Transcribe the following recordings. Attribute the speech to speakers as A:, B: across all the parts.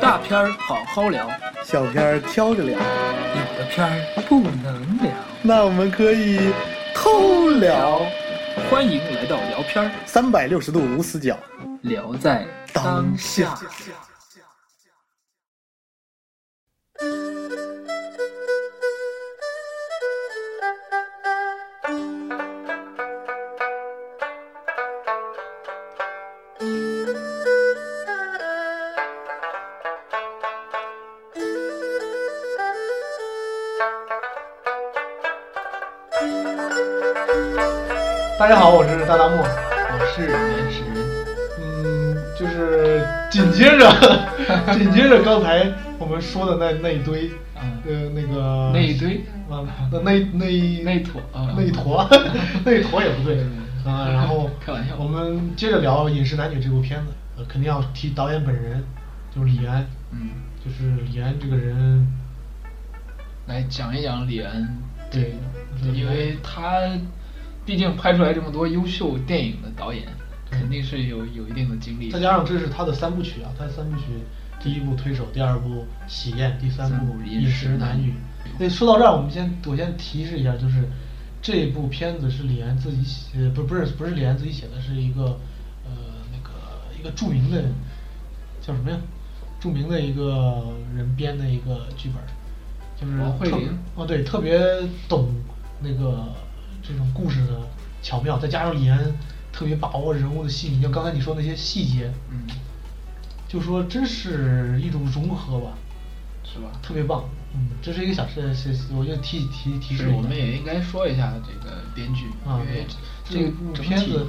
A: 大片儿好好聊，
B: 小片儿挑着聊，
A: 有的片儿不能聊。
B: 那我们可以偷聊。
A: 欢迎来到聊片儿，
B: 三百六十度无死角，
A: 聊在当
B: 当
A: 下
B: 下。
C: 大家好，我是大大木，我是原始人。嗯，就是紧接着， 紧接着刚才我们说的那那一堆，
A: 嗯
C: 呃，那个
A: 那一堆，
C: 完了，那那那一
A: 那一坨啊嗯
C: 那一 坨，那一坨也不对啊。然后
A: 开玩笑
C: 我们接着聊《饮食男女》这部片子，呃，肯定要提导演本人，就是李安。
A: 嗯，
C: 就是李安这个人，
A: 来讲一讲李安，
C: 对，
A: 因为他毕竟拍出来这么多优秀电影的导演，肯定是有有一定的经历。
C: 再加上这是他的三部曲啊，他的三部曲，第一部推手，第二部喜宴，第三
A: 三部
C: 部
A: 饮食
C: 饮食
A: 男
C: 男
A: 女
C: 女。对，说到这儿，我们先我先提示一下，就是这部片子是李安自己写，呃不不是不是李安自己写的，是一个呃那个一个著名的叫什么呀？著名的一个人编的一个剧本，就是
A: 王慧
C: 特
A: 玲
C: 哦对，特别懂那个这种故事的巧妙，再加上李安特别把握人物的细腻，像刚才你说那些细节，
A: 嗯，
C: 就说真是一种融合吧，
A: 是吧？
C: 特别棒。嗯，这是一个小事，是是我就提提
A: 其
C: 提示
A: 实
C: 一下
A: 我们也应该说一下这个编剧，
C: 啊
A: 因为，
C: 这
A: 个
C: 部
A: 整
C: 片
A: 体
C: 子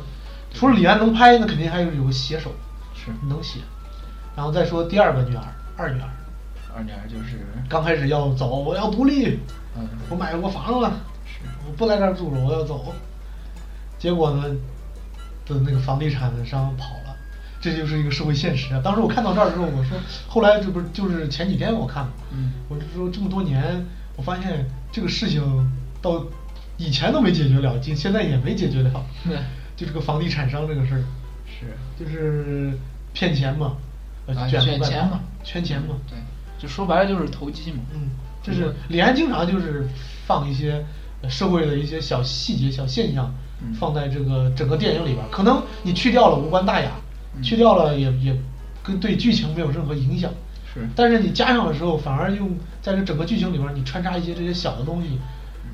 C: 除了李安能拍，那肯定还有有个写手
A: 是
C: 能写。然后再说第二个女儿，二女儿，
A: 二女儿就是
C: 刚开始要走，我要独立，
A: 嗯
C: 我买过房了，
A: 是
C: 我不来这儿住了，我要走。结果呢，的那个房地产商跑了，这就是一个社会现实啊。当时我看到这儿的时候，我说，后来这不是就是前几天我看的，
A: 嗯
C: 我就说这么多年，我发现这个事情到以前都没解决了，今现在也没解决了，就这个房地产商这个事儿，
A: 是
C: 就是骗钱嘛，呃，
A: 啊
C: 卷
A: 卷
C: 外
A: 钱
C: 包
A: 嘛嗯
C: 圈钱嘛，
A: 对，就说白了就是投机嘛。
C: 嗯，就是李安经常就是放一些呃社会的一些小细节、小现象
A: 嗯，
C: 放在这个整个电影里边儿。可能你去掉了无关大雅
A: 嗯，
C: 去掉了也也跟对剧情没有任何影响。
A: 是
C: 但是你加上的时候，反而用在这整个剧情里边儿，你穿插一些这些小的东西，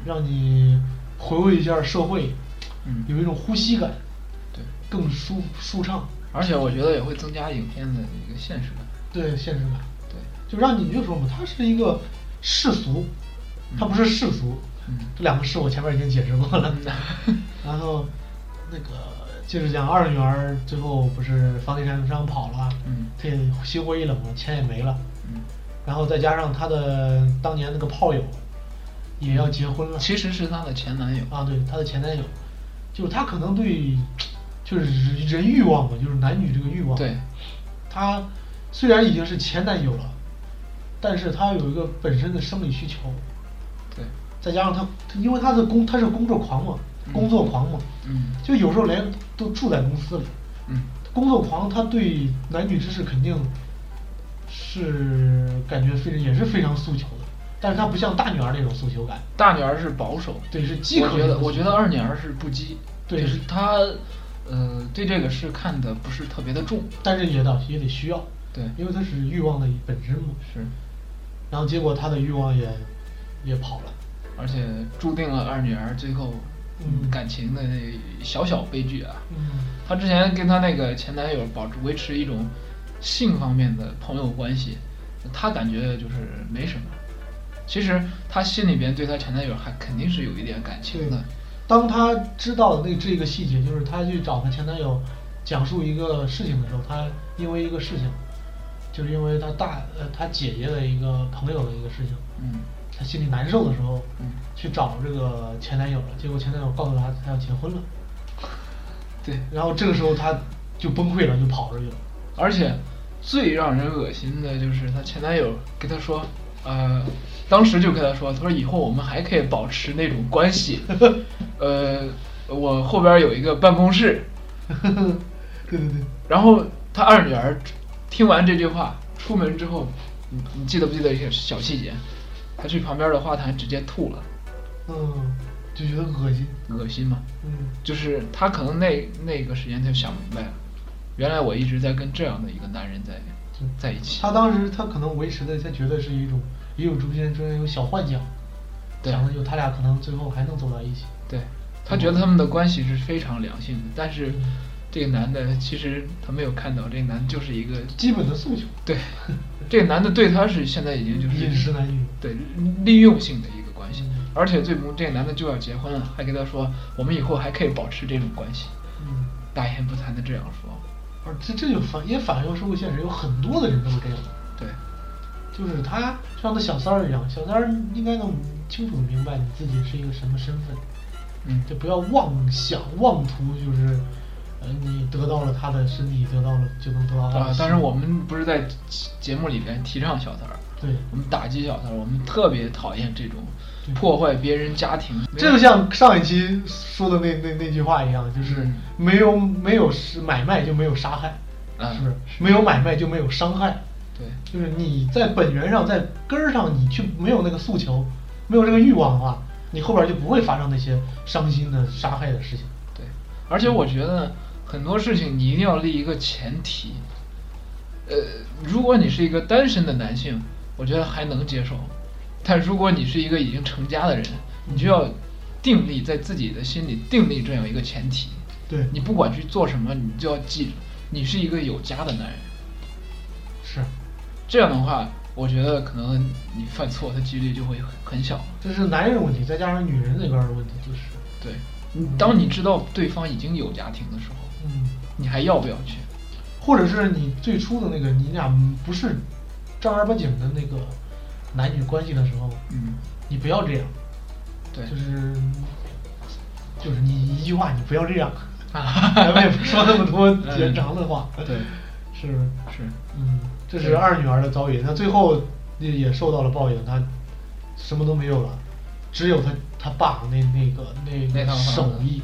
C: 让你回味一下社会，
A: 嗯
C: 有一种呼吸感，
A: 对，
C: 更舒舒畅，
A: 而且我觉得也会增加影片的一个现实感。
C: 对现实感。
A: 对，
C: 就让你就说嘛，它是一个世俗，它不是世俗，
A: 嗯
C: 这两个世我前面已经解释过了。 然后那个接着讲二女儿最后不是房地产商跑了，
A: 嗯
C: 她也心灰意冷了，钱也没了，
A: 嗯，
C: 然后再加上她的当年那个炮友也要结婚了，
A: 其实是她的前男友。
C: 啊啊，对，她的前男友，就是她可能对，就是人人欲望嘛，就是男女这个欲望，
A: 对，
C: 她虽然已经是前男友了，但是她有一个本身的生理需求，
A: 对，
C: 再加上她，她因为她的工，她是工作狂嘛，工作狂嘛，
A: 嗯
C: 就有时候连都住在公司里，
A: 嗯
C: 工作狂，她对男女之事肯定是感觉非常也是非常诉求的，但是她不像大女儿那种诉求感，
A: 大女儿是保守，
C: 对是饥渴
A: 我觉得，
C: 的
A: 我觉得二女儿是不羁，
C: 对
A: 就是她，呃，对这个是看的不是特别的重。
C: 但是也得也得需要，
A: 对
C: 因为她是欲望的本身嘛，
A: 是，
C: 然后结果她的欲望也也跑了，
A: 而且注定了二女儿最后
C: 嗯
A: 感情的小小悲剧啊。
C: 嗯，
A: 她之前跟她那个前男友保持维持一种性方面的朋友关系，她感觉就是没什么。其实她心里边对她前男友还肯定是有一点感情的。
C: 当她知道那这个细节，就是她去找她前男友讲述一个事情的时候，她因为一个事情，就是因为她大呃她姐姐的一个朋友的一个事情，
A: 嗯
C: 她心里难受的时候，
A: 嗯
C: 去找这个前男友了，结果前男友告诉她她要结婚了，
A: 对，
C: 然后这个时候她就崩溃了，就跑出去了。
A: 而且最让人恶心的就是她前男友跟她说，呃，当时就跟她说，她说以后我们还可以保持那种关系， 呃，我后边有一个办公室，
C: 对对对，
A: 然后她二女儿听完这句话，出门之后，你你记得不记得一些小细节？他去旁边的花坛直接吐了，
C: 嗯，就觉得恶心，
A: 恶心吗？
C: 嗯，
A: 就是他可能那那个时间他就想明白了，原来我一直在跟这样的一个男人在
C: 就
A: 在一起。
C: 他当时他可能维持的，他觉得是一种也有中间中间有小幻想，
A: 对
C: 想的就他俩可能最后还能走到一起。
A: 对，他觉得他们的关系是非常良性的，但是这个男的其实他没有看到，这个男的就是一个
C: 基本的诉求，
A: 对，这个男的对他是现在已经就是
C: 饮食男女
A: 对利用性的一个关系
C: 嗯，
A: 而且最终这个男的就要结婚了，还跟他说我们以后还可以保持这种关系，
C: 嗯，
A: 大言不惭的这样说，
C: 而这这就反也反映社会现实，有很多的人都是这样的，
A: 对，
C: 就是他像那小三儿一样，小三儿应该能清楚地明白你自己是一个什么身份，
A: 嗯，
C: 就不要妄想妄图，就是呃你得到了他的身体，得到了就能得到他的
A: 啊
C: 心。
A: 但是我们不是在节节目里边提倡小三儿，
C: 对，
A: 我们打击小三儿，我们特别讨厌这种
C: 对
A: 破坏别人家庭，
C: 这就像上一期说的那那那句话一样，就是
A: 嗯
C: 没有没有是买卖就没有杀害，
A: 嗯
C: 是不是？没有买卖就没有伤害，
A: 对
C: 就是你在本源上，在根儿上，你去没有那个诉求，没有这个欲望的话，你后边就不会发生那些伤心的、杀害的事情。
A: 对，而且我觉得很多事情你一定要立一个前提，呃，如果你是一个单身的男性，我觉得还能接受，但如果你是一个已经成家的人，你就要定立在自己的心里定立这样一个前提，
C: 对，
A: 你不管去做什么，你就要记住，你是一个有家的男人，
C: 是，
A: 这样的话，我觉得可能你犯错的几率就会很很小。
C: 这是男人的问题，再加上女人那边的问题，就是，
A: 对，你当你知道对方已经有家庭的时候，
C: 嗯，
A: 你还要不要去？
C: 或者是你最初的那个，你俩不是正儿八经的那个男女关系的时候，
A: 嗯，
C: 你不要这样，
A: 对，
C: 就是就是你一句话，你不要这 样，
A: 啊
C: 咱们也不说那么多 绵长的话，
A: 嗯对
C: 是不是？
A: 是，
C: 嗯，这是二女儿的遭遇，那最后也也受到了报应，她什么都没有了，只有她她爸那那个那
A: 那
C: 个
A: 套房
C: 手
A: 子
C: 艺，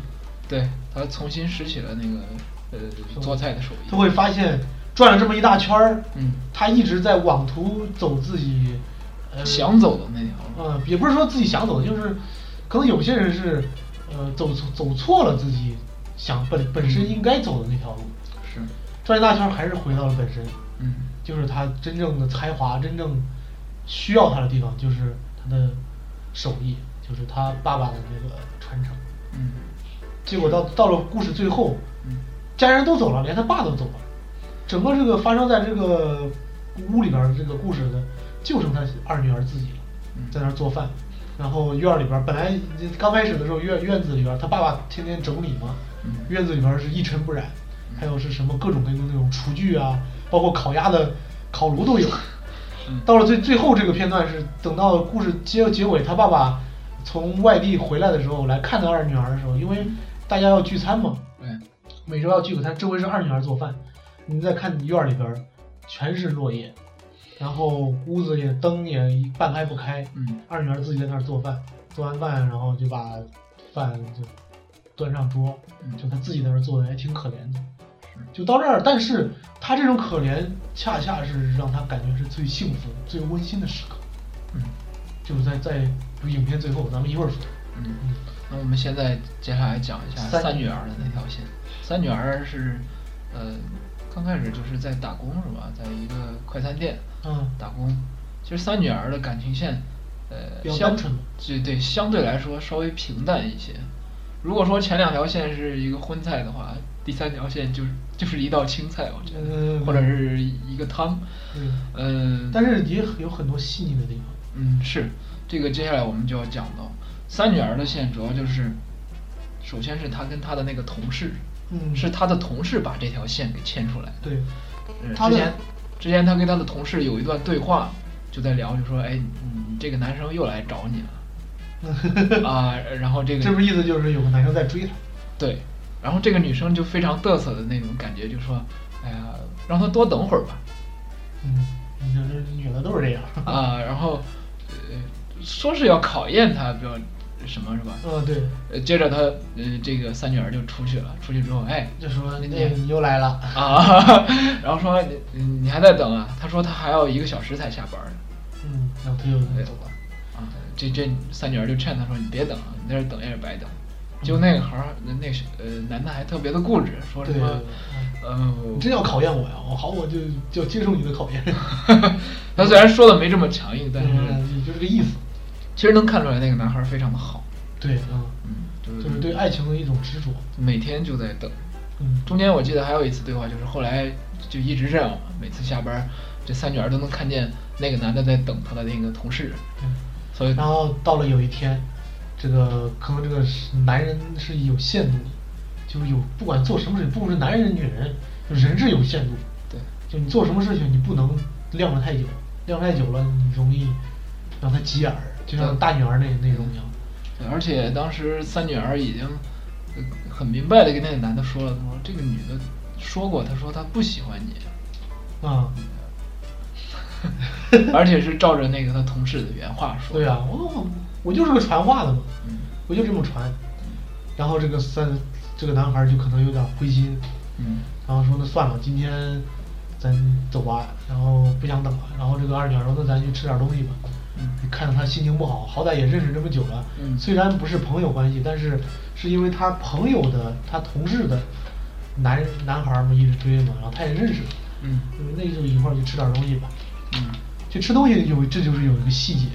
A: 对他重新拾起了那个呃做菜的手艺。
C: 她会发现转了这么一大圈儿，
A: 嗯
C: 她一直在往途走自己呃
A: 想走的那条路。
C: 呃，也不是说自己想走，就是可能有些人是呃走错走错了自己想本本身应该走的那条路，
A: 是，
C: 转一大圈儿还是回到了本身，
A: 嗯
C: 就是他真正的才华，真正需要他的地方就是他的手艺，就是他爸爸的那个传承。
A: 嗯
C: 结果到到了故事最后，
A: 嗯
C: 家人都走了，连他爸都走了，整个这个发生在这个屋里边的这个故事呢，就剩他二女儿自己了，
A: 嗯
C: 在那儿做饭，然后院儿里边儿本来刚开始的时候院院子里边儿他爸爸天天整理嘛，
A: 嗯
C: 院子里边儿是一尘不染，还有是什么各种各样的那种厨具啊，包括烤鸭的烤炉都有。
A: 嗯
C: 到了最最后这个片段是等到故事结结尾，他爸爸从外地回来的时候来看他二女儿的时候，因为大家要聚餐嘛，
A: 对，
C: 每周要聚个餐，这回是二女儿做饭。你再看你院儿里边儿全是落叶，然后屋子也灯也半开不开。
A: 嗯
C: 二女儿自己在那儿做饭，做完饭然后就把饭就端上桌，
A: 嗯
C: 就她自己在那儿做的，还挺可怜的。就到这儿，但是她这种可怜，恰恰是让她感觉是最幸福、最温馨的时刻。
A: 嗯
C: 就是在在影片最后，咱们一会儿说。
A: 嗯
C: 嗯。
A: 那我们现在接下来讲一下
C: 三
A: 三女儿的那条线。三女儿是，呃，刚开始就是在打工是吧？在一个快餐店
C: 嗯
A: 打工。其实三女儿的感情线，呃，
C: 比较
A: 相
C: 单纯嘛
A: 对对，相对来说稍微平淡一些。如果说前两条线是一个荤菜的话，第三条线就是就是一道青菜，我觉得，
C: 嗯
A: 或者是一个汤。
C: 嗯
A: 呃嗯，
C: 但是也有很多细腻的地方。
A: 嗯，是这个，接下来我们就要讲到三女儿的线，主要就是，首先是她跟她的那个同事，
C: 嗯
A: 是她的同事把这条线给牵出来的。
C: 对，
A: 嗯
C: 她
A: 之
C: 的
A: 前之前她跟她的同事有一段对话，就在聊，就说，哎，你这个男生又来找你 了啊，然后这个
C: 这不是意思就是有个男生在追她。
A: 对，然后这个女生就非常嘚瑟的那种感觉，就说，哎呀，让他多等会儿 吧，
C: 嗯，你 看这女的都是这样。
A: 啊，然后呃，说是要考验他，不要什么是吧？
C: 嗯，对，
A: 呃，接着他呃这个三女儿就出去了，出去之后哎
C: 就说
A: 你
C: 那个你又来了，
A: 啊，然后说你你你还在等啊？他说他还要一个小时才下班儿
C: 嗯，然后他又走了。
A: 啊，这这三女儿就劝他说你别等了，你在这儿等也是白等。就那个孩儿，那那是呃男的还特别的固执，说什
C: 对嗯
A: 么，呃，
C: 你真要考验我呀！我好，我就就接受你的 考验。
A: 他虽然说的没这么强硬，但是
C: 嗯，就这个意思。
A: 其实能看出来那个男孩儿非常的好，
C: 对，
A: 嗯，
C: 嗯，
A: 就是
C: 就是对爱情的一种执着。
A: 每天就在等。
C: 嗯，
A: 中间我记得还有一次对话，就是后来就一直这样嘛，每次下班儿，这三女儿都能看见那个男的在等她的那个同事，
C: 对。
A: 所以
C: 然后到了有一天，这个可能这个是男人是有限度的，就是有不管做什么事情，不管是男人女人，就人是有限度。
A: 对，
C: 就你做什么事情，你不能晾得太久，晾太久了，你容易让他急眼儿，就像大女儿那那种一样。
A: 对而且当时三女儿已经呃很明白的跟那个男的说了，她说这个女的说过，她说她不喜欢 你，
C: 啊、
A: 而且是照着那个她同事的原话说。
C: 对啊，我我我就是个传话的嘛，
A: 嗯
C: 我就这么传。然后这个三这个男孩儿就可能有点灰心，
A: 嗯
C: 然后说那算了，今天咱走吧，然后不想等了。然后这个二女儿说那咱去吃点东西吧。
A: 嗯
C: 看着他心情不好，好歹也认识这么久了，
A: 嗯
C: 虽然不是朋友关系，但是是因为他朋友的他同事的男男孩儿嘛一直追嘛，然后他也认识，
A: 嗯
C: 就是那就一块儿去吃点东西吧。
A: 嗯
C: 去吃东西有这就是有一个细节。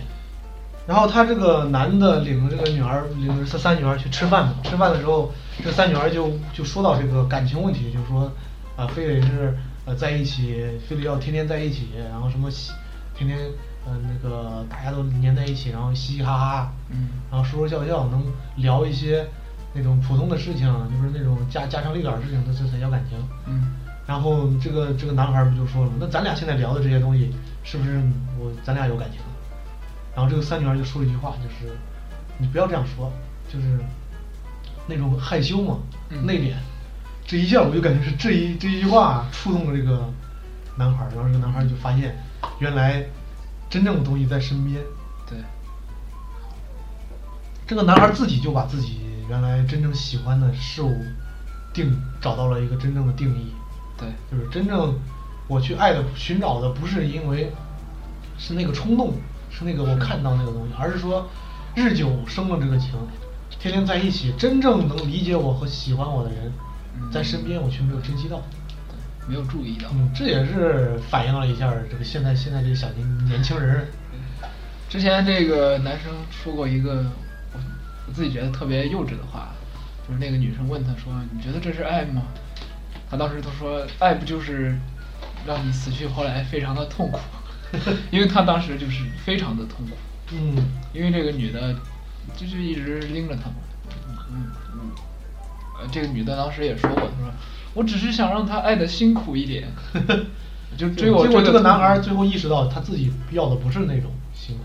C: 然后他这个男的领着这个女儿，领着这三女儿去吃饭嘛。吃饭的时候，这三女儿就就说到这个感情问题，就说啊、非得是呃在一起，非得要天天在一起，然后什么嘻天天呃那个大家都黏在一起，然后嘻嘻哈哈，
A: 嗯
C: 然后说说笑笑，能聊一些那种普通的事情，就是那种家家长里短的事情，那这才叫感情。
A: 嗯
C: 然后这个这个男孩儿不就说了吗？那咱俩现在聊的这些东西，是不是我咱俩有感情？然后这个三女儿就说了一句话，就是你不要这样说，就是那种害羞嘛，
A: 嗯
C: 内敛。这一下我就感觉是这一这一句话触动了这个男孩儿，然后这个男孩儿就发现，原来真正的东西在身边。
A: 对
C: 这个男孩自己就把自己原来真正喜欢的事物定找到了一个真正的定义，
A: 对
C: 就是真正我去爱的寻找的不是因为是那个冲动，是那个我看到那个东西，而是说日久生了这个情，天天在一起，真正能理解我和喜欢我的人
A: 嗯
C: 在身边，我却没有珍惜到。
A: 对，没有注意到。
C: 嗯，这也是反映了一下这个现在现在这个小年年轻人儿，
A: 之前这个男生说过一个我我自己觉得特别幼稚的话，就是那个女生问他说：“你觉得这是爱吗？”他当时他说：“爱不就是让你死去活来，非常的痛苦。” 因为他当时就是非常的痛苦，
C: 嗯，
A: 因为这个女的就是一直拎着他嘛。嗯嗯，呃，这个女的当时也说过，她说：“我只是想让他爱的辛苦一点。” 就追我
C: 结果这个
A: 痛苦
C: 男孩儿最后意识到他自己要的不是那种辛苦，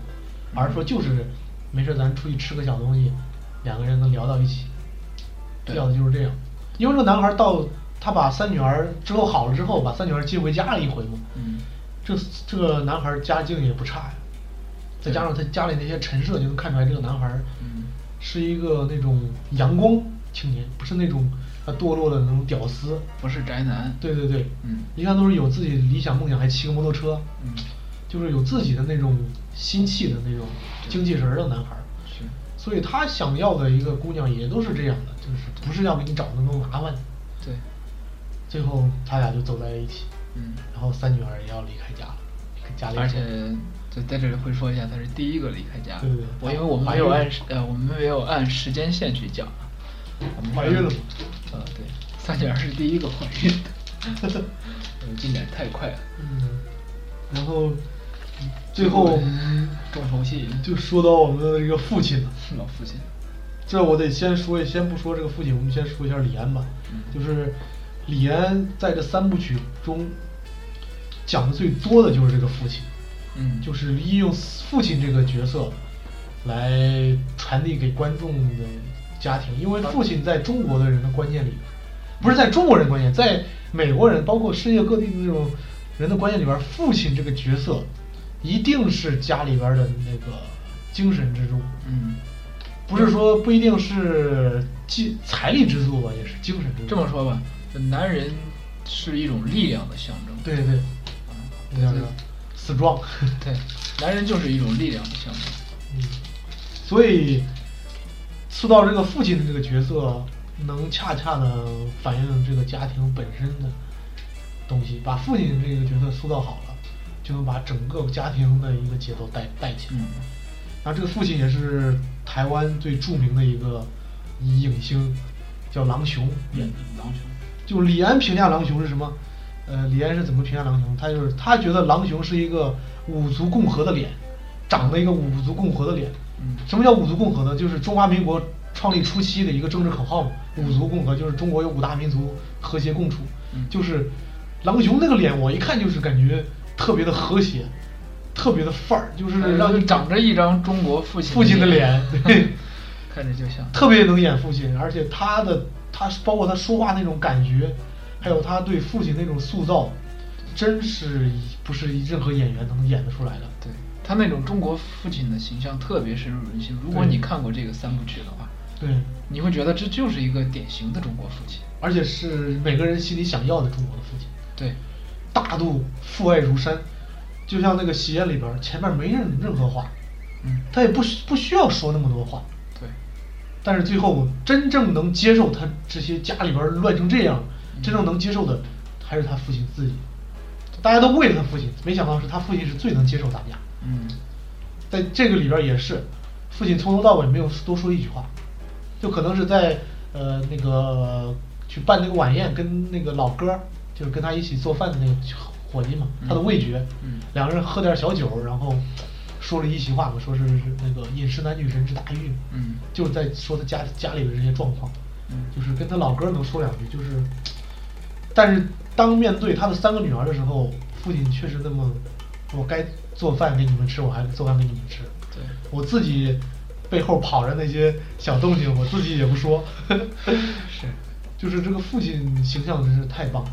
C: 而是说就是没事儿咱出去吃个小东西，两个人能聊到一起，
A: 对
C: 要的就是这样。因为这个男孩儿到他把三女儿之后好了之后，把三女儿接回家了一回嘛，
A: 嗯
C: 这这个男孩儿家境也不差呀，再加上他家里那些陈设，就能看出来这个男孩儿
A: 嗯
C: 是一个那种阳光青年，不是那种啊堕落的那种屌丝。
A: 不是宅男。
C: 对对对，
A: 嗯
C: 一看都是有自己理想梦想，还骑个摩托车，
A: 嗯
C: 就是有自己的那种心气的那种精气神儿的男孩儿。
A: 是
C: 所以他想要的一个姑娘也都是这样的，就是不是要给你找那么麻烦的。
A: 对，
C: 最后他俩就走在了一起，
A: 嗯，
C: 然后三女儿也要离开家了，跟家里
A: 而
C: 走
A: 且就在这里会说一下，他是第一个离开家。
C: 对对对
A: 我因为我们没有按时呃，我们没有按时间线去讲啊。我们是
C: 怀孕了吗？
A: 呃，对，三姐儿是第一个怀孕的，呃进展太快了。
C: 嗯，然后最后
A: 嗯重头戏
C: 就说到我们的这个父亲了。
A: 老父亲，
C: 这我得先说，先不说这个父亲，我们先说一下李安吧。
A: 嗯
C: 就是李安在这三部曲中讲的最多的就是这个父亲，
A: 嗯，
C: 就是利用父亲这个角色来传递给观众的家庭，因为父亲在中国的人的观念里，不是在中国人观念，在美国人包括世界各地的那种人的观念里边，父亲这个角色一定是家里边的那个精神支柱。
A: 嗯
C: 不是说不一定是技财力之作吧，也是精神之作。
A: 这么说吧，就男人是一种力量的象征。
C: 对对，
A: 啊，
C: 你想这个 strong，
A: 对，男人就是一种力量的象征。
C: 嗯，所以塑造这个父亲的这个角色，能恰恰的反映这个家庭本身的东西，把父亲这个角色塑造好了，就能把整个家庭的一个节奏带带起来。
A: 嗯，
C: 然后这个父亲也是台湾最著名的一个影星，叫郎雄演的。
A: 狼群。
C: 就李安评价郎雄是什么？呃，李安是怎么评价郎雄？他就是他觉得郎雄是一个五族共和的脸，长得一个五族共和的脸。
A: 嗯
C: 什么叫五族共和呢？就是中华民国创立初期的一个政治口号嘛。五族共和就是中国有五大民族和谐共处。
A: 嗯
C: 就是郎雄那个脸，我一看就是感觉特别的和谐，特别的范儿，就是让
A: 呃你
C: 你
A: 长着一张中国父亲
C: 嗯父亲的脸， 对，
A: 看着就像。
C: 特别能演父亲，而且他的他包括他说话那种感觉，还有他对父亲那种塑造，真是不是任何演员能演得出来的。
A: 对他那种中国父亲的形象特别深入人心。如果
C: 对
A: 你看过这个三部曲的话，
C: 对，
A: 你会觉得这就是一个典型的中国父亲。
C: 而且是每个人心里想要的中国的父亲，
A: 对，
C: 大度父爱如山，就像那个喜宴里边儿，前面没任任何话，
A: 嗯，
C: 他也不需不需要说那么多话，
A: 对，
C: 但是最后我真正能接受他这些家里边儿乱成这样，真正能接受的还是他父亲自己。大家都为了他父亲，没想到是他父亲是最能接受大家。
A: 嗯，
C: 在这个里边儿也是，父亲从头到尾没有多说一句话，就可能是在呃那个去办那个晚宴，跟那个老哥儿，就是跟他一起做饭的那个伙计嘛，
A: 嗯
C: 他的味觉，
A: 嗯
C: 两个人喝点小酒，然后说了一席话嘛，说是是那个饮食男女人之大欲，
A: 嗯
C: 就是在说他家家里的这些状况，
A: 嗯
C: 就是跟他老哥儿能说两句，就是，但是当面对他的三个女儿的时候，父亲确实那么，我该做饭给你们吃，我还做饭给你们吃，
A: 对，
C: 我自己背后跑着那些小动静，我自己也不说，是，就是这个父亲形象真是太棒了。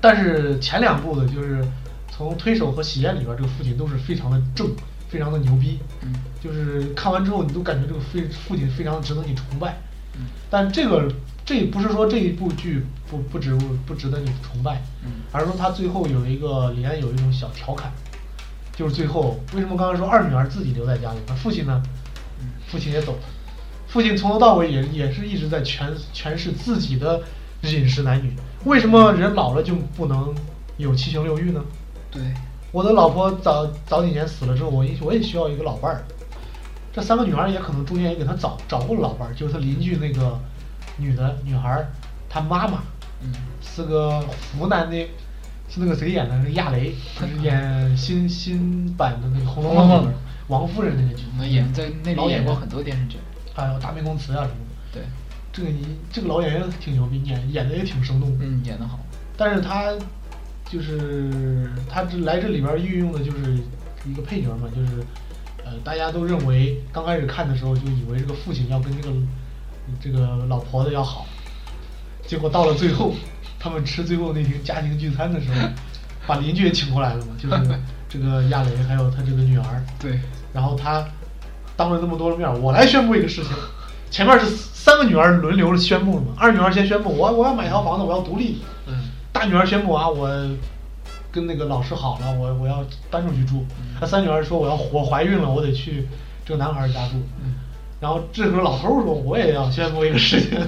C: 但是前两部的就是从推手和喜宴里边，这个父亲都是非常的正，非常的牛逼，
A: 嗯
C: 就是看完之后你都感觉这个非父亲非常值得你崇拜，
A: 嗯
C: 但这个这不是说这一部剧不不值不值得你崇拜，
A: 嗯
C: 而是说他最后有一个李安有一种小调侃，就是最后为什么刚才说二女儿自己留在家里，那父亲呢？父亲也走了，父亲从头到尾也也是一直在诠诠释自己的饮食男女。为什么人老了就不能有七情六欲呢？
A: 对，
C: 我的老婆早早几年死了之后，我也我也需要一个老伴儿。这三个女孩也可能中间也给她找找过老伴儿，就是她邻居那个女的女孩儿，她妈妈
A: 嗯
C: 是个湖南的，是那个谁演的？是亚雷，她是演新新版的那个《红楼梦》里边儿王夫人那个角色。
A: 我们演在那
C: 老
A: 里演
C: 员
A: 过很多电视剧。
C: 还有大明宫词啊什么的。
A: 对，
C: 这个你这个老演员挺牛逼，演演的也挺生动。
A: 嗯，演得好。
C: 但是他就是他这来这里边儿运用的就是一个配角嘛，就是呃，大家都认为刚开始看的时候就以为这个父亲要跟这个这个老婆子要好，结果到了最后，他们吃最后那天家庭聚餐的时候，把邻居也请过来了嘛，就是这个亚雷还有他这个女儿。
A: 对，
C: 然后他当着那么多的面儿，我来宣布一个事情。前面是三个女儿轮流宣布嘛，二女儿先宣布我我要买一套房子，我要独立。
A: 嗯
C: 大女儿宣布啊，我跟那个老师好了，我我要搬出去住。那三女儿说我要我怀孕了，我得去这个男孩儿家住。
A: 嗯
C: 然后这时候老头儿说我也要宣布一个事情。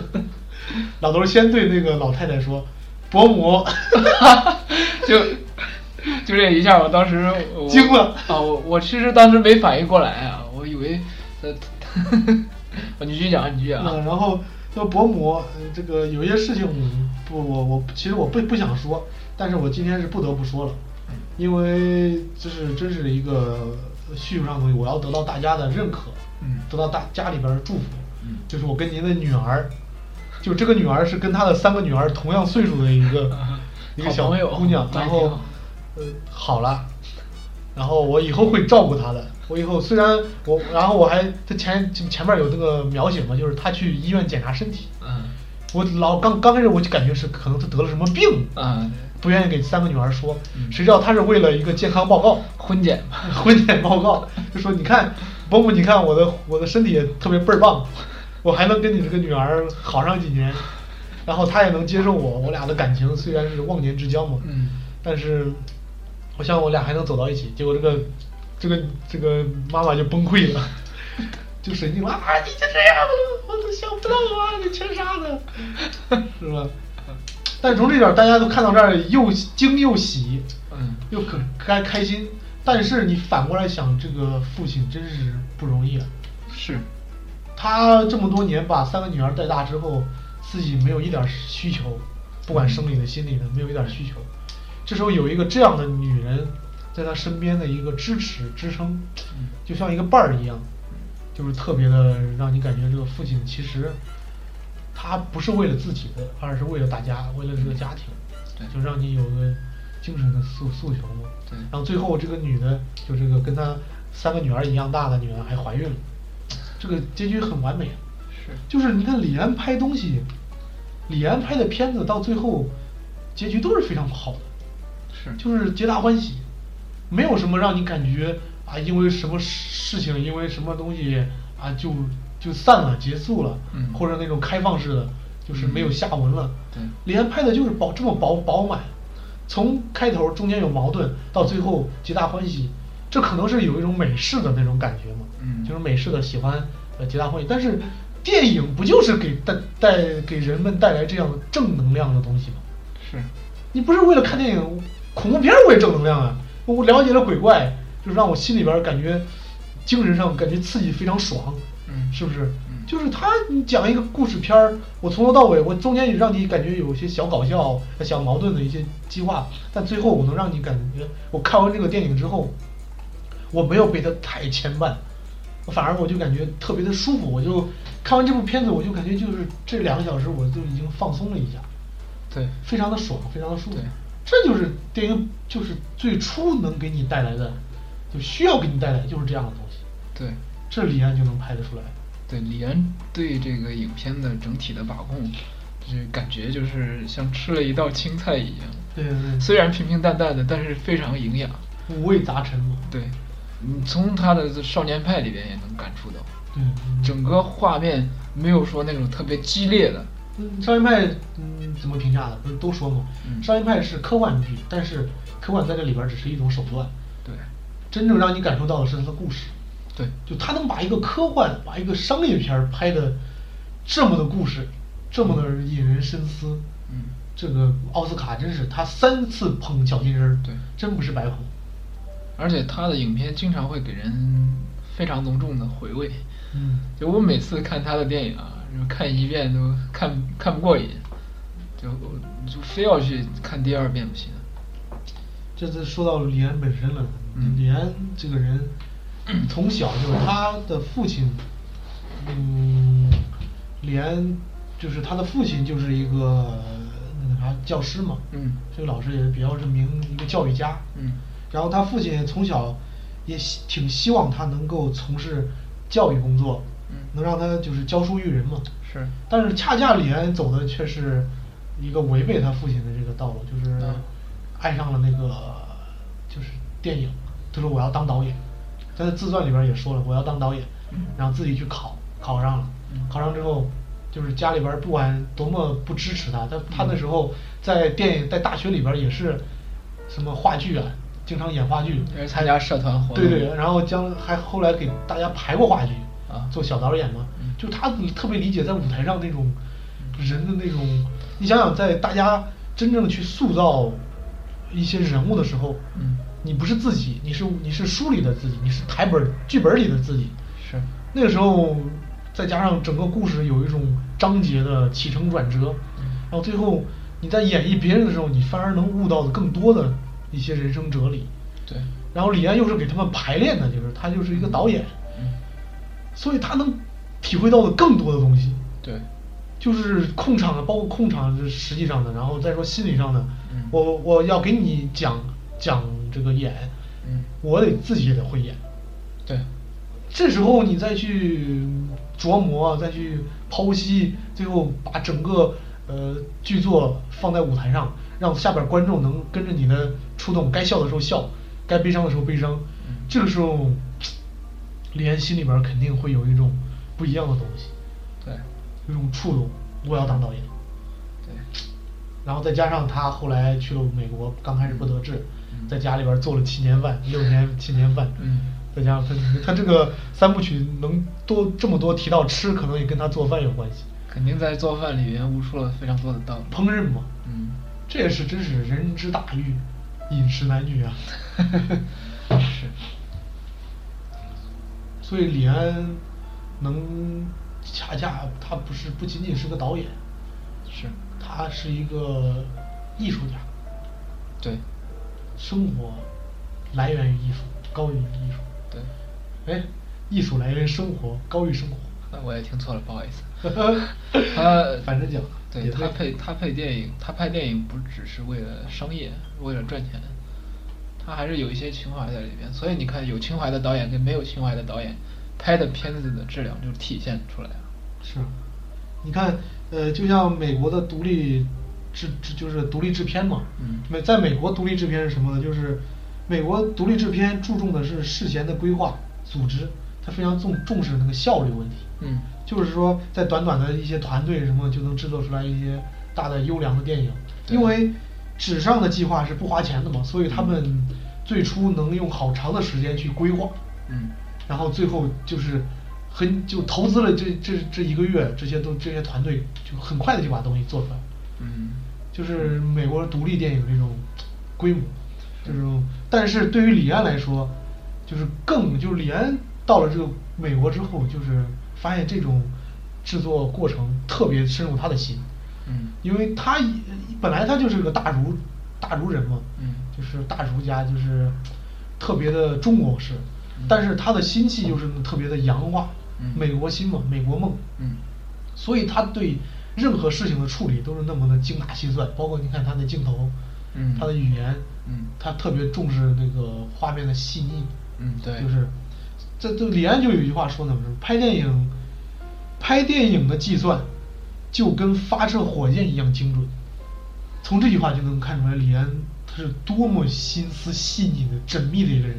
C: 老头儿先对那个老太太说，伯母。
A: 就就这一下，我当时我
C: 惊了
A: 啊！我我其实当时没反应过来啊，我以为呃，啊 你继续讲，你继续讲啊。
C: 嗯， 然后那伯母，呃这个有些事情嗯不，我我其实我不不想说，但是我今天是不得不说了，因为这是真是一个叙述上的东西，我要得到大家的认可，
A: 嗯
C: 得到大家里边的祝福，
A: 嗯
C: 就是我跟您的女儿，就这个女儿是跟她的三个女儿同样岁数的一 个一个
A: 好
C: 小
A: 朋友
C: 姑娘，
A: 那
C: 然
A: 挺
C: 后
A: 好
C: 呃好了，然后我以后会照顾她的。我以后虽然我，然后我还她前前面有那个描写嘛，就是她去医院检查身体。
A: 嗯
C: 我老刚刚开始我就感觉是可能她得了什么病，
A: 啊，
C: 不愿意给三个女儿说，
A: 嗯
C: 谁知道她是为了一个健康报告。
A: 婚检吧。
C: 婚检报告，就说你看伯母，你看我的我的身体也特别倍儿棒，我还能跟你这个女儿好上几年，然后她也能接受我，我俩的感情虽然是忘年之交嘛，
A: 嗯
C: 但是我想我俩还能走到一起。结果这个这个这个妈妈就崩溃了， 就神经了啊！你就这样了，我都想不到啊，你缺啥的， 是吧？但从这点儿大家都看到这儿又惊又喜，
A: 嗯
C: 又可该开心，但是你反过来想，这个父亲真是不容易啊。
A: 是，
C: 他这么多年把三个女儿带大之后，自己没有一点需求，不管生理的、心理的，没有一点需求。这时候有一个这样的女人在他身边的一个支持支撑，就像一个伴儿一样，就是特别的让你感觉这个父亲其实他不是为了自己的，而是为了大家，为了这个家庭，
A: 对
C: 就让你有个精神的诉诉求嘛。
A: 对
C: 然后最后这个女的，就这个跟他三个女儿一样大的女儿还怀孕了，这个结局很完美啊。
A: 是
C: 就是你看李安拍东西，李安拍的片子到最后结局都是非常好的，
A: 是，
C: 就是皆大欢喜，没有什么让你感觉啊，因为什么事情，因为什么东西啊，就就散了，结束了，
A: 嗯
C: 或者那种开放式的，就是没有下文了。
A: 对
C: 李安拍的就是饱这么饱饱满，从开头中间有矛盾，到最后皆大欢喜，这可能是有一种美式的那种感觉嘛，
A: 嗯
C: 就是美式的喜欢呃皆大欢喜，但是电影不就是给带带给人们带来这样正能量的东西吗？
A: 是，
C: 你不是为了看电影，恐怖片儿我也正能量啊！我了解了鬼怪，就是让我心里边儿感觉，精神上感觉刺激非常爽，
A: 嗯
C: 是不是？
A: 嗯
C: 就是他，你讲一个故事片儿，我从头到尾，我中间也让你感觉有一些小搞笑、小矛盾的一些激化，但最后我能让你感觉，我看完这个电影之后，我没有被它太牵绊，我反而我就感觉特别的舒服，我就看完这部片子，我就感觉就是这两个小时我就已经放松了一下。
A: 对
C: 非常的爽，非常的舒服
A: 对。
C: 这就是电影，就是最初能给你带来的，就需要给你带来的就是这样的东西。
A: 对
C: 这李安就能拍得出来。
A: 对，李安对这个影片的整体的把控，就是感觉就是像吃了一道青菜一样，
C: 对对对，
A: 虽然平平淡淡的，但是非常营养。
C: 五味杂陈嘛。
A: 对，你从他的《少年派》里边也能感触到，
C: 对，嗯
A: 整个画面没有说那种特别激烈的，
C: 嗯，少年派嗯怎么评价的？不是都说吗？
A: 嗯
C: 少年派是科幻剧，但是科幻在这里边只是一种手段，
A: 对，
C: 真正让你感受到的是它的故事。
A: 对，
C: 就他能把一个科幻、把一个商业片儿拍的这么的故事，这么的引人深思。
A: 嗯，
C: 这个奥斯卡真是他三次捧小金人儿，
A: 对
C: 真不是白捧。
A: 而且他的影片经常会给人非常浓重的回味。
C: 嗯，
A: 就我每次看他的电影啊，就看一遍都看看不过瘾，就就非要去看第二遍不行。
C: 这次说到李安本身了，
A: 嗯
C: 李安这个人从小就是他的父亲，嗯，李安就是他的父亲就是一个那个啥教师嘛，
A: 嗯
C: 这个老师也比较是名一个教育家，
A: 嗯
C: 然后他父亲从小也希挺希望他能够从事教育工作，
A: 嗯
C: 能让他就是教书育人嘛。
A: 是
C: 但是恰恰李安走的却是一个违背他父亲的这个道路，就是
A: 嗯
C: 爱上了那个就是电影，他说我要当导演，在他自传里边也说了我要当导演
A: 嗯，
C: 然后自己去考，考上了
A: 嗯，
C: 考上之后。就是家里边不管多么不支持他，他他那时候在电影在大学里边也是什么话剧啊，经常演话剧，
A: 也是参加社团活动
C: 对对，然后将还后来给大家排过话剧
A: 啊
C: 做小导演嘛
A: 嗯，
C: 就他特别理解在舞台上那种人的那种，你想想在大家真正去塑造一些人物的时候，
A: 嗯
C: 你不是自己，你是你是书里的自己，你是台本剧本里的自己，
A: 是
C: 那个时候再加上整个故事有一种章节的起承转折，
A: 嗯
C: 然后最后你在演绎别人的时候，你反而能悟到的更多的一些人生哲理。
A: 对
C: 然后李安又是给他们排练的，就是他就是一个导演，
A: 嗯
C: 所以他能体会到的更多的东西，
A: 对
C: 就是控场的，包括控场是实际上的，然后再说心理上的
A: 嗯，
C: 我我要给你讲讲这个演，
A: 嗯
C: 我得自己也得会演，
A: 对
C: 这时候你再去琢磨，再去剖析，最后把整个呃剧作放在舞台上，让下边观众能跟着你的触动，该笑的时候笑，该悲伤的时候悲伤。
A: 嗯
C: 这个时候，李安心里边儿肯定会有一种不一样的东西，
A: 对，
C: 有一种触动，我要当导演。
A: 对，
C: 然后再加上他后来去了美国，刚开始不得志，
A: 嗯
C: 在家里边儿做了七年半，六年七年半，
A: 嗯，
C: 再加上他他这个三部曲能多这么多提到吃，可能也跟他做饭有关系，
A: 肯定在做饭里面悟出了非常多的道理。
C: 烹饪嘛，
A: 嗯，
C: 这也是真是人之大欲，饮食男女啊。
A: 是，
C: 所以李安能恰恰他不是不仅仅是个导演，
A: 是，
C: 他是一个艺术家，
A: 对，
C: 生活来源于艺术，高于艺术。
A: 对，
C: 哎，艺术来源于生活，高于生活。
A: 那我也听错了，不好意思。他
C: 反正讲，
A: 呃对
C: 也
A: 他配他配电影，他拍电影不只是为了商业，为了赚钱，他还是有一些情怀在里面。所以你看，有情怀的导演跟没有情怀的导演拍的片子的质量就体现出来了。
C: 是，你看，呃，就像美国的独立制制就是独立制片嘛，
A: 嗯
C: 美在美国独立制片是什么呢？就是美国独立制片注重的是事前的规划、组织，它非常重重视那个效率问题。
A: 嗯
C: 就是说在短短的一些团队什么就能制作出来一些大的优良的电影，
A: 对
C: 因为纸上的计划是不花钱的嘛，所以他们最初能用好长的时间去规划，
A: 嗯，
C: 然后最后就是很就投资了这这这一个月，这些都这些团队就很快的就把东西做出来，
A: 嗯，
C: 就是美国独立电影这种规模，这种，但是对于李安来说，就是更就是李安到了这个美国之后，就是发现这种制作过程特别深入他的心，
A: 嗯
C: 因为他一本来他就是个大儒大儒人嘛，
A: 嗯
C: 就是大儒家，就是特别的中国式，但是他的心气就是特别的洋化，
A: 嗯
C: 美国心嘛，美国梦，
A: 嗯
C: 所以他对任何事情的处理都是那么的精打细算，包括你看他的镜头，
A: 嗯
C: 他的语言，
A: 嗯
C: 他特别重视那个画面的细腻，
A: 嗯，对，
C: 就是这这李安就有一句话说呢，就是拍电影，拍电影的计算就跟发射火箭一样精准，从这句话就能看出来李安他是多么心思细腻的、缜密的一个人。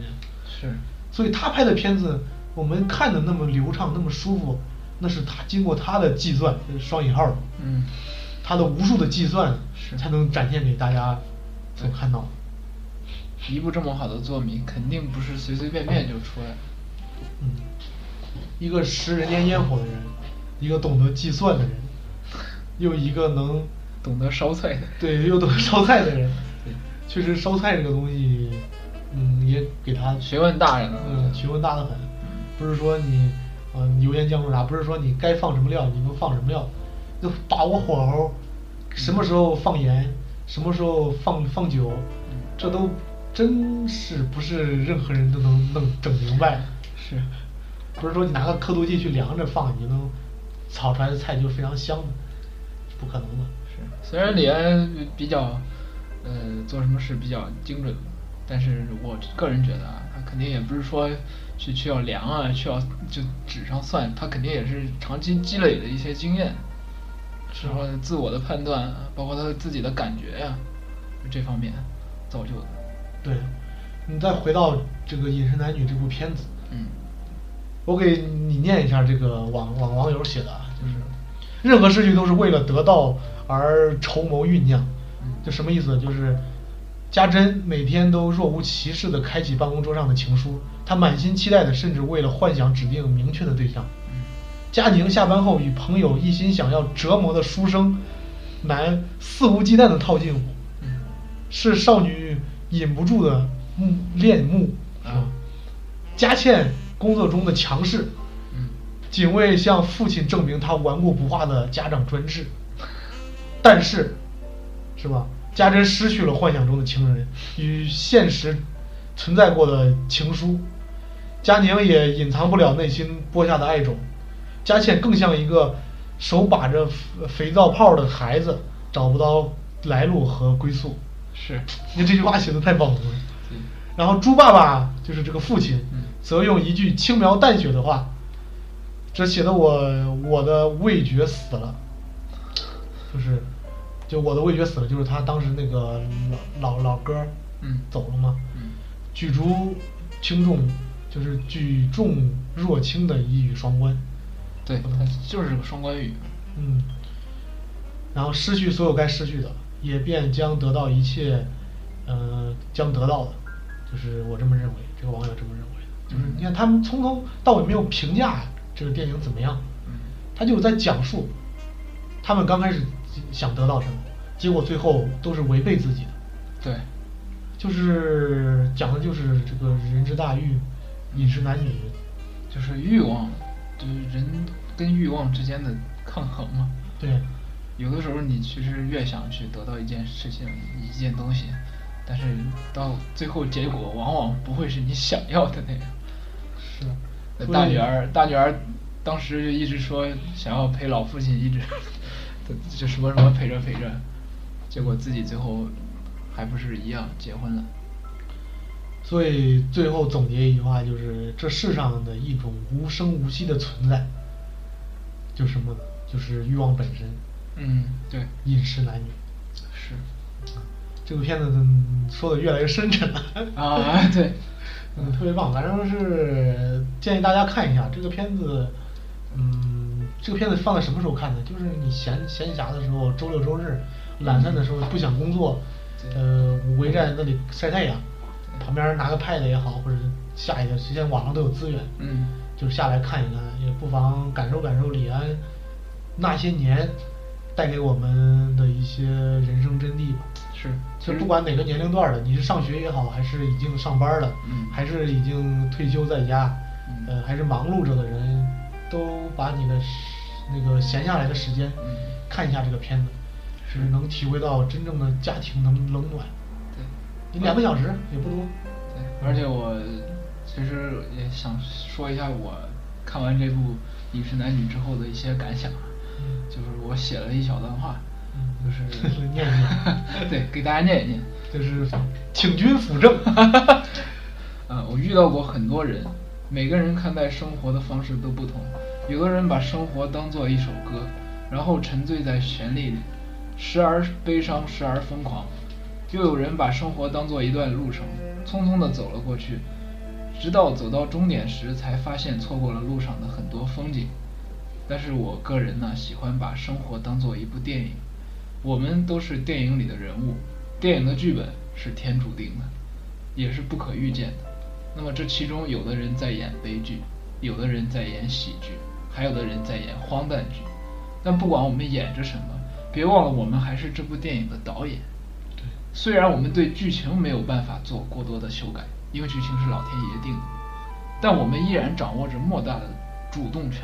A: 是，
C: 所以他拍的片子，我们看的那么流畅、那么舒服，那是他经过他的计算（双引号的），
A: 嗯
C: 他的无数的计算
A: 是
C: 才能展现给大家所
A: 对
C: 看到的。
A: 一部这么好的作品，肯定不是随随便便就出来。
C: 嗯，一个食人间烟火的人，一个懂得计算的人，又一个能
A: 懂得烧菜的，
C: 对又懂得烧菜的人
A: 对。
C: 确实，烧菜这个东西，嗯，也给他
A: 学问大呀
C: 嗯，学问大的很，不是说你，嗯、油盐酱醋茶，不是说你该放什么料你就放什么料，就把握火候，什么时候放盐，什么时候放放酒，这都真是不是任何人都能弄整明白的。
A: 是，
C: 不是说你拿个刻度计去量着放，你能炒出来的菜就非常香的，不可能的。
A: 是，虽然李安比较，呃，做什么事比较精准，但是我个人觉得啊，他肯定也不是说去去要量啊，去要就纸上算，他肯定也是长期积累的一些经验，
C: 是
A: 然后自我的判断啊，包括他自己的感觉呀、啊这方面造就的。
C: 对，你再回到这个《饮食男女》这部片子，
A: 嗯
C: 我给你念一下这个网网网友写的，啊，就是
A: 嗯
C: 任何事情都是为了得到而筹谋酝酿
A: 嗯，
C: 就什么意思？就是家珍每天都若无其事地开启办公桌上的情书，她满心期待的，甚至为了幻想指定明确的对象。
A: 嗯
C: 佳宁下班后与朋友一心想要折磨的书生男肆无忌惮地套近乎，
A: 嗯
C: 是少女忍不住的慕恋慕
A: 啊。
C: 佳倩工作中的强势，
A: 嗯
C: 仅为向父亲证明她顽固不化的家长专制。但是，是吧？家珍失去了幻想中的情人与现实存在过的情书，佳宁也隐藏不了内心播下的爱种。佳倩更像一个手把着肥肥皂泡的孩子，找不到来路和归宿。
A: 是，
C: 你这句话写的太棒了。
A: 对
C: 然后猪爸爸就是这个父亲
A: 嗯，
C: 则用一句轻描淡写的话，这写的我我的味觉死了，就是就我的味觉死了，就是他当时那个老老老哥儿
A: 嗯
C: 走了嘛，
A: 嗯
C: 举足轻重，就是举重若轻的一语双关。
A: 对，它就是个双关语。
C: 嗯，然后失去所有该失去的，也便将得到一切，呃，将得到的，就是我这么认为，这个网友这么认为的，就是你看他们从头到尾没有评价这个电影怎么样，
A: 嗯，
C: 他就在讲述他们刚开始想得到什么，结果最后都是违背自己的，
A: 对，
C: 就是讲的就是这个人之大欲，饮食男女，
A: 就是欲望，就是人跟欲望之间的抗衡嘛。
C: 对，
A: 有的时候你其实越想去得到一件事情、一件东西，但是到最后结果往往不会是你想要的那样。
C: 是。
A: 那
C: 所
A: 大
C: 以
A: 女儿，大女儿当时就一直说想要陪老父亲，一直就什么什么陪着陪着，结果自己最后还不是一样结婚了。
C: 所以最后总结一句话就是：这世上的一种无声无息的存在，就是什么呢？就是欲望本身，
A: 嗯，对，
C: 饮食男女。
A: 是
C: 这部片子嗯说的越来越深沉了，
A: 啊，对，
C: 嗯，特别棒。反正是建议大家看一下这个片子，嗯，这个片子放在什么时候看呢？就是你闲闲暇的时候，周六周日懒散的时候，不想工作，
A: 对
C: 呃，围在那里晒太阳，旁边拿个 pad 也好，或者下一个，现在网上都有资源，
A: 嗯，
C: 就下来看一看，也不妨感受感受李安那些年带给我们的一些人生真谛吧。
A: 是，
C: 就
A: 其实
C: 不管哪个年龄段儿的，你是上学也好，还是已经上班的，
A: 嗯
C: 还是已经退休在家，
A: 嗯
C: 呃，还是忙碌着的人，都把你的时那个闲下来的时间、
A: 嗯
C: 看一下这个片子，是能体会到真正的家庭能冷暖。
A: 对，
C: 你两个小时也不多，
A: 对，而且我其实也想说一下我看完这部《饮食男女》之后的一些感想，
C: 嗯
A: 就是我写了一小段话，
C: 嗯
A: 就是
C: 念一念
A: 对，给大家念一念。
C: 就是请君辅 政。
A: 呃，我遇到过很多人，每个人看待生活的方式都不同。有的人把生活当做一首歌，然后沉醉在旋律里，时而悲伤，时而疯狂；又有人把生活当做一段路程，匆匆地走了过去，直到走到终点时才发现错过了路上的很多风景。但是我个人呢，喜欢把生活当做一部电影，我们都是电影里的人物，电影的剧本是天注定的，也是不可预见的。那么这其中，有的人在演悲剧，有的人在演喜剧，还有的人在演荒诞剧。但不管我们演着什么，别忘了我们还是这部电影的导演。虽然我们对剧情没有办法做过多的修改，因为剧情是老天爷定的，但我们依然掌握着莫大的主动权。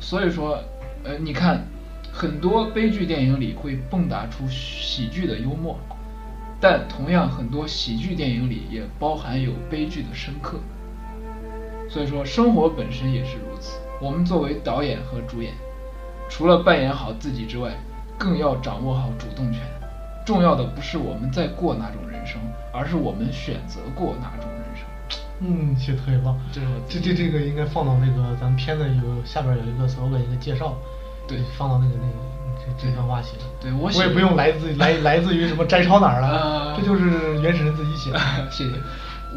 A: 所以说，呃，你看，很多悲剧电影里会蹦跶出喜剧的幽默，但同样很多喜剧电影里也包含有悲剧的深刻。所以说，生活本身也是如此。我们作为导演和主演，除了扮演好自己之外，更要掌握好主动权。重要的不是我们在过哪种人生，而是我们选择过哪种人生。
C: 嗯，写得特别棒。
A: 这是我
C: 这这这个应该放到那个咱们片子有下边有一个 slogan 一个介绍，
A: 对
C: 放到那个那个这这段话写的。
A: 对
C: 我
A: 我
C: 也
A: 写
C: 不用 来自来来自于什么摘抄哪儿了
A: 啊，
C: 这就是原始人自己写的。
A: 谢谢。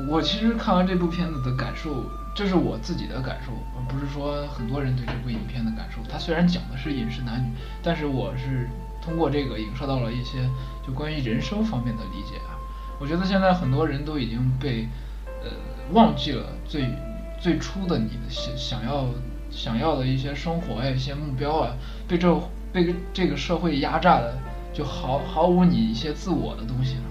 A: 我其实看完这部片子的感受，这是我自己的感受，而不是说很多人对这部影片的感受。它虽然讲的是饮食男女，但是我是通过这个影射到了一些就关于人生方面的理解啊。我觉得现在很多人都已经被呃忘记了最最初的你的想想要想要的一些生活呀、一些目标啊，被这被这个社会压榨的，就毫毫无你一些自我的东西了。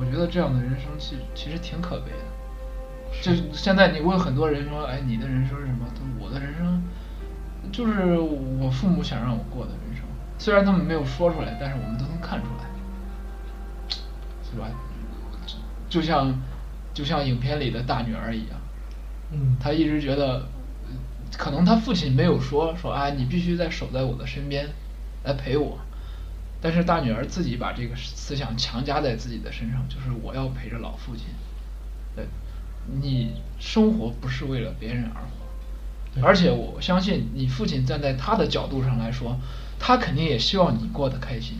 A: 我觉得这样的人生其实其实挺可悲的。就是现在你问很多人说，哎，你的人生是什么？他说我的人生就是我父母想让我过的人生，虽然他们没有说出来，但是我们都能看出来，对吧？就像就像影片里的大女儿一样，
C: 嗯，
A: 他一直觉得，呃可能他父亲没有说说啊，你必须在守在我的身边，来陪我。但是大女儿自己把这个思想强加在自己的身上，就是我要陪着老父亲。对，你生活不是为了别人而活，
C: 对
A: 而且我相信你父亲站在他的角度上来说，他肯定也希望你过得开心。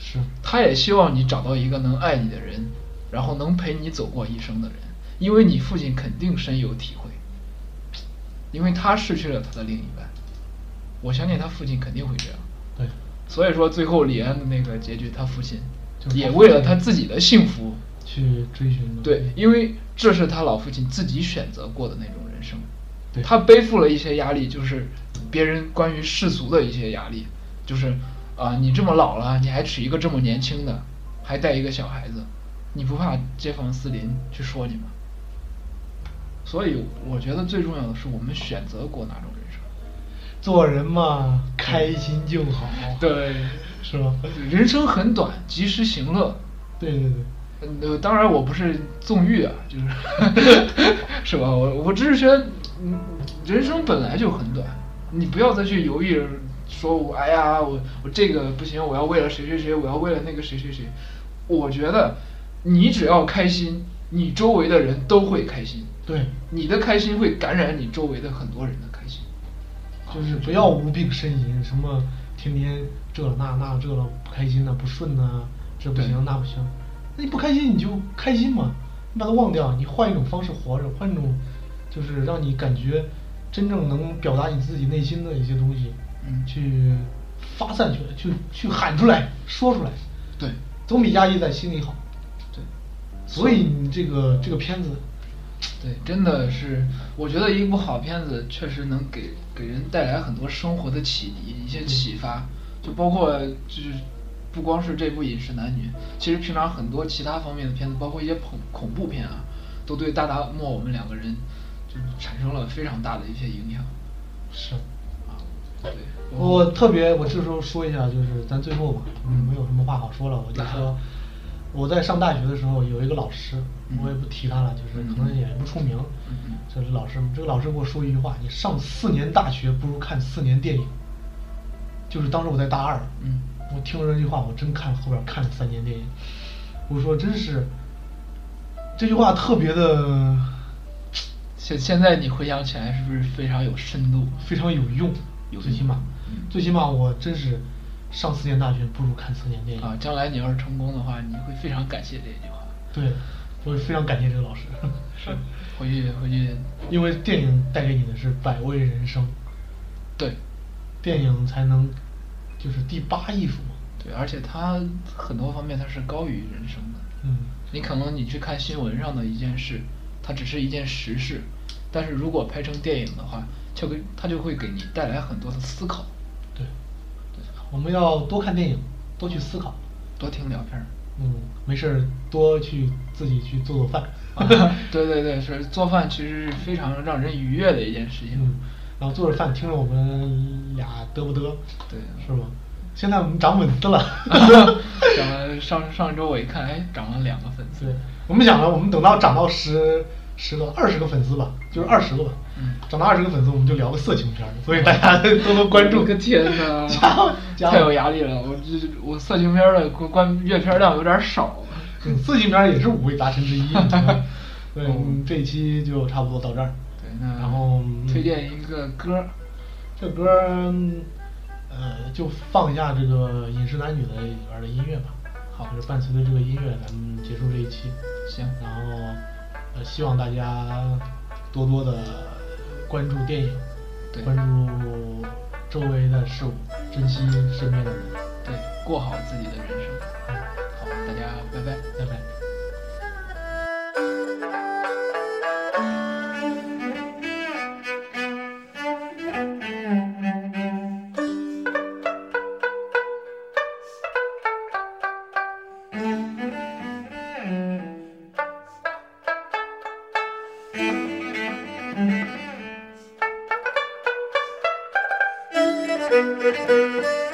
C: 是
A: 他也希望你找到一个能爱你的人，然后能陪你走过一生的人，因为你父亲肯定深有体会，因为他失去了他的另一半，我相信他父亲肯定会这样。
C: 对，
A: 所以说最后李安的那个结局，他父亲
C: 就是
A: 也
C: 他父
A: 为了
C: 亲
A: 他自己的幸福，
C: 去追寻的。
A: 对，因为这是他老父亲自己选择过的那种人生，
C: 对
A: 他背负了一些压力，就是别人关于世俗的一些压力，就是啊、你这么老了，你还娶一个这么年轻的，还带一个小孩子，你不怕街坊四邻去说你吗？所以我觉得最重要的是我们选择过哪种人生，
C: 做人嘛，开心就好。，
A: 对，
C: 是吧？
A: 人生很短，及时行乐，
C: 对对对，
A: 嗯呃，当然我不是纵欲啊，就是是 吧？我我只是觉得，嗯，人生本来就很短，你不要再去犹豫，说我哎呀，我我这个不行，我要为了谁谁谁，我要为了那个谁谁谁。我觉得你只要开心，你周围的人都会开心，
C: 对，
A: 你的开心会感染你周围的很多人的开心。
C: 就是不要无病呻吟，什么天天这了那那这了不开心呐、不顺呐、这不
A: 对
C: 行那不行，那你不开心你就开心嘛，你把它忘掉，你换一种方式活着，换一种就是让你感觉真正能表达你自己内心的一些东西，
A: 嗯
C: 去发散出来，去去喊出来，说出来，
A: 对，
C: 总比压抑在心里好。
A: 对，
C: 所以你这个这个片子，
A: 对，真的是，我觉得一部好片子确实能给给人带来很多生活的启迪，一些启发，就包括就是不光是这部《饮食男女》，其实平常很多其他方面的片子，包括一些恐恐怖片啊，都对大达莫我们两个人就是产生了非常大的一些影响
C: 是。
A: 啊。对，包括
C: 我特别，我这时候说一下，就是咱最后吧，
A: 嗯
C: 没有什么话好说了，我就说，我在上大学的时候有一个老师
A: 嗯，
C: 我也不提他了，就是可能也不出名
A: 嗯嗯，
C: 这老师，这个老师给我说一句话：你上四年大学不如看四年电影。就是当时我在大二，
A: 嗯
C: 我听了这句话，我真看后边看了三年电影，我说真是，这句话特别的
A: 现现在你回想起来是不是非常有深度？
C: 非常有用，
A: 有
C: 最
A: 用
C: 起码
A: 嗯，
C: 最起码我真是上四年大学不如看四年电影
A: 啊，将来你要是成功的话，你会非常感谢这句话。
C: 对，我非常感谢这个 老师，
A: 回去回去，
C: 因为电影带给你的是百味人生，
A: 对，
C: 电影才能就是第八艺术嘛。
A: 对，而且它很多方面它是高于人生的。
C: 嗯，
A: 你可能你去看新闻上的一件事，它只是一件实事，但是如果拍成电影的话，就给它就会给你带来很多的思考，
C: 对，我们要多看电影，多去思考。
A: 多听聊片儿。
C: 嗯，没事儿多去自己去做做饭。
A: 啊对对对，是做饭其实是非常让人愉悦的一件事情。
C: 嗯，然后做着饭，听着我们俩嘚不嘚，
A: 对
C: 是吧？现在我们长粉 丝了，
A: 涨了上上周我一看，哎，涨了两个粉丝
C: 对。，我们想了，我们等到涨到十十个、二十个粉丝吧，就是二十个吧，
A: 嗯
C: 涨到二十个粉丝，我们就聊个色情片儿，所以大家多多关注。
A: 我的天哪
C: 加油，加油
A: 太有压力了！我这我色情片儿的观观阅片儿量有点少。
C: 嗯色情片儿也是五味杂陈之一。你知道吗对，
A: 嗯
C: 嗯这一期就差不多到这儿。
A: 对，那
C: 然后嗯
A: 推荐一个歌儿，
C: 这歌儿，嗯呃，就放一下这个《饮食男女》的里边儿的音乐吧。好，就是伴随着这个音乐，咱们结束这一期。
A: 行，
C: 然后，呃，希望大家多多的关注电影，
A: 对
C: 关注周围的事物，珍惜身边的人。
A: 对，过好自己的人生。好，大家拜拜。
C: 拜拜。
D: Thank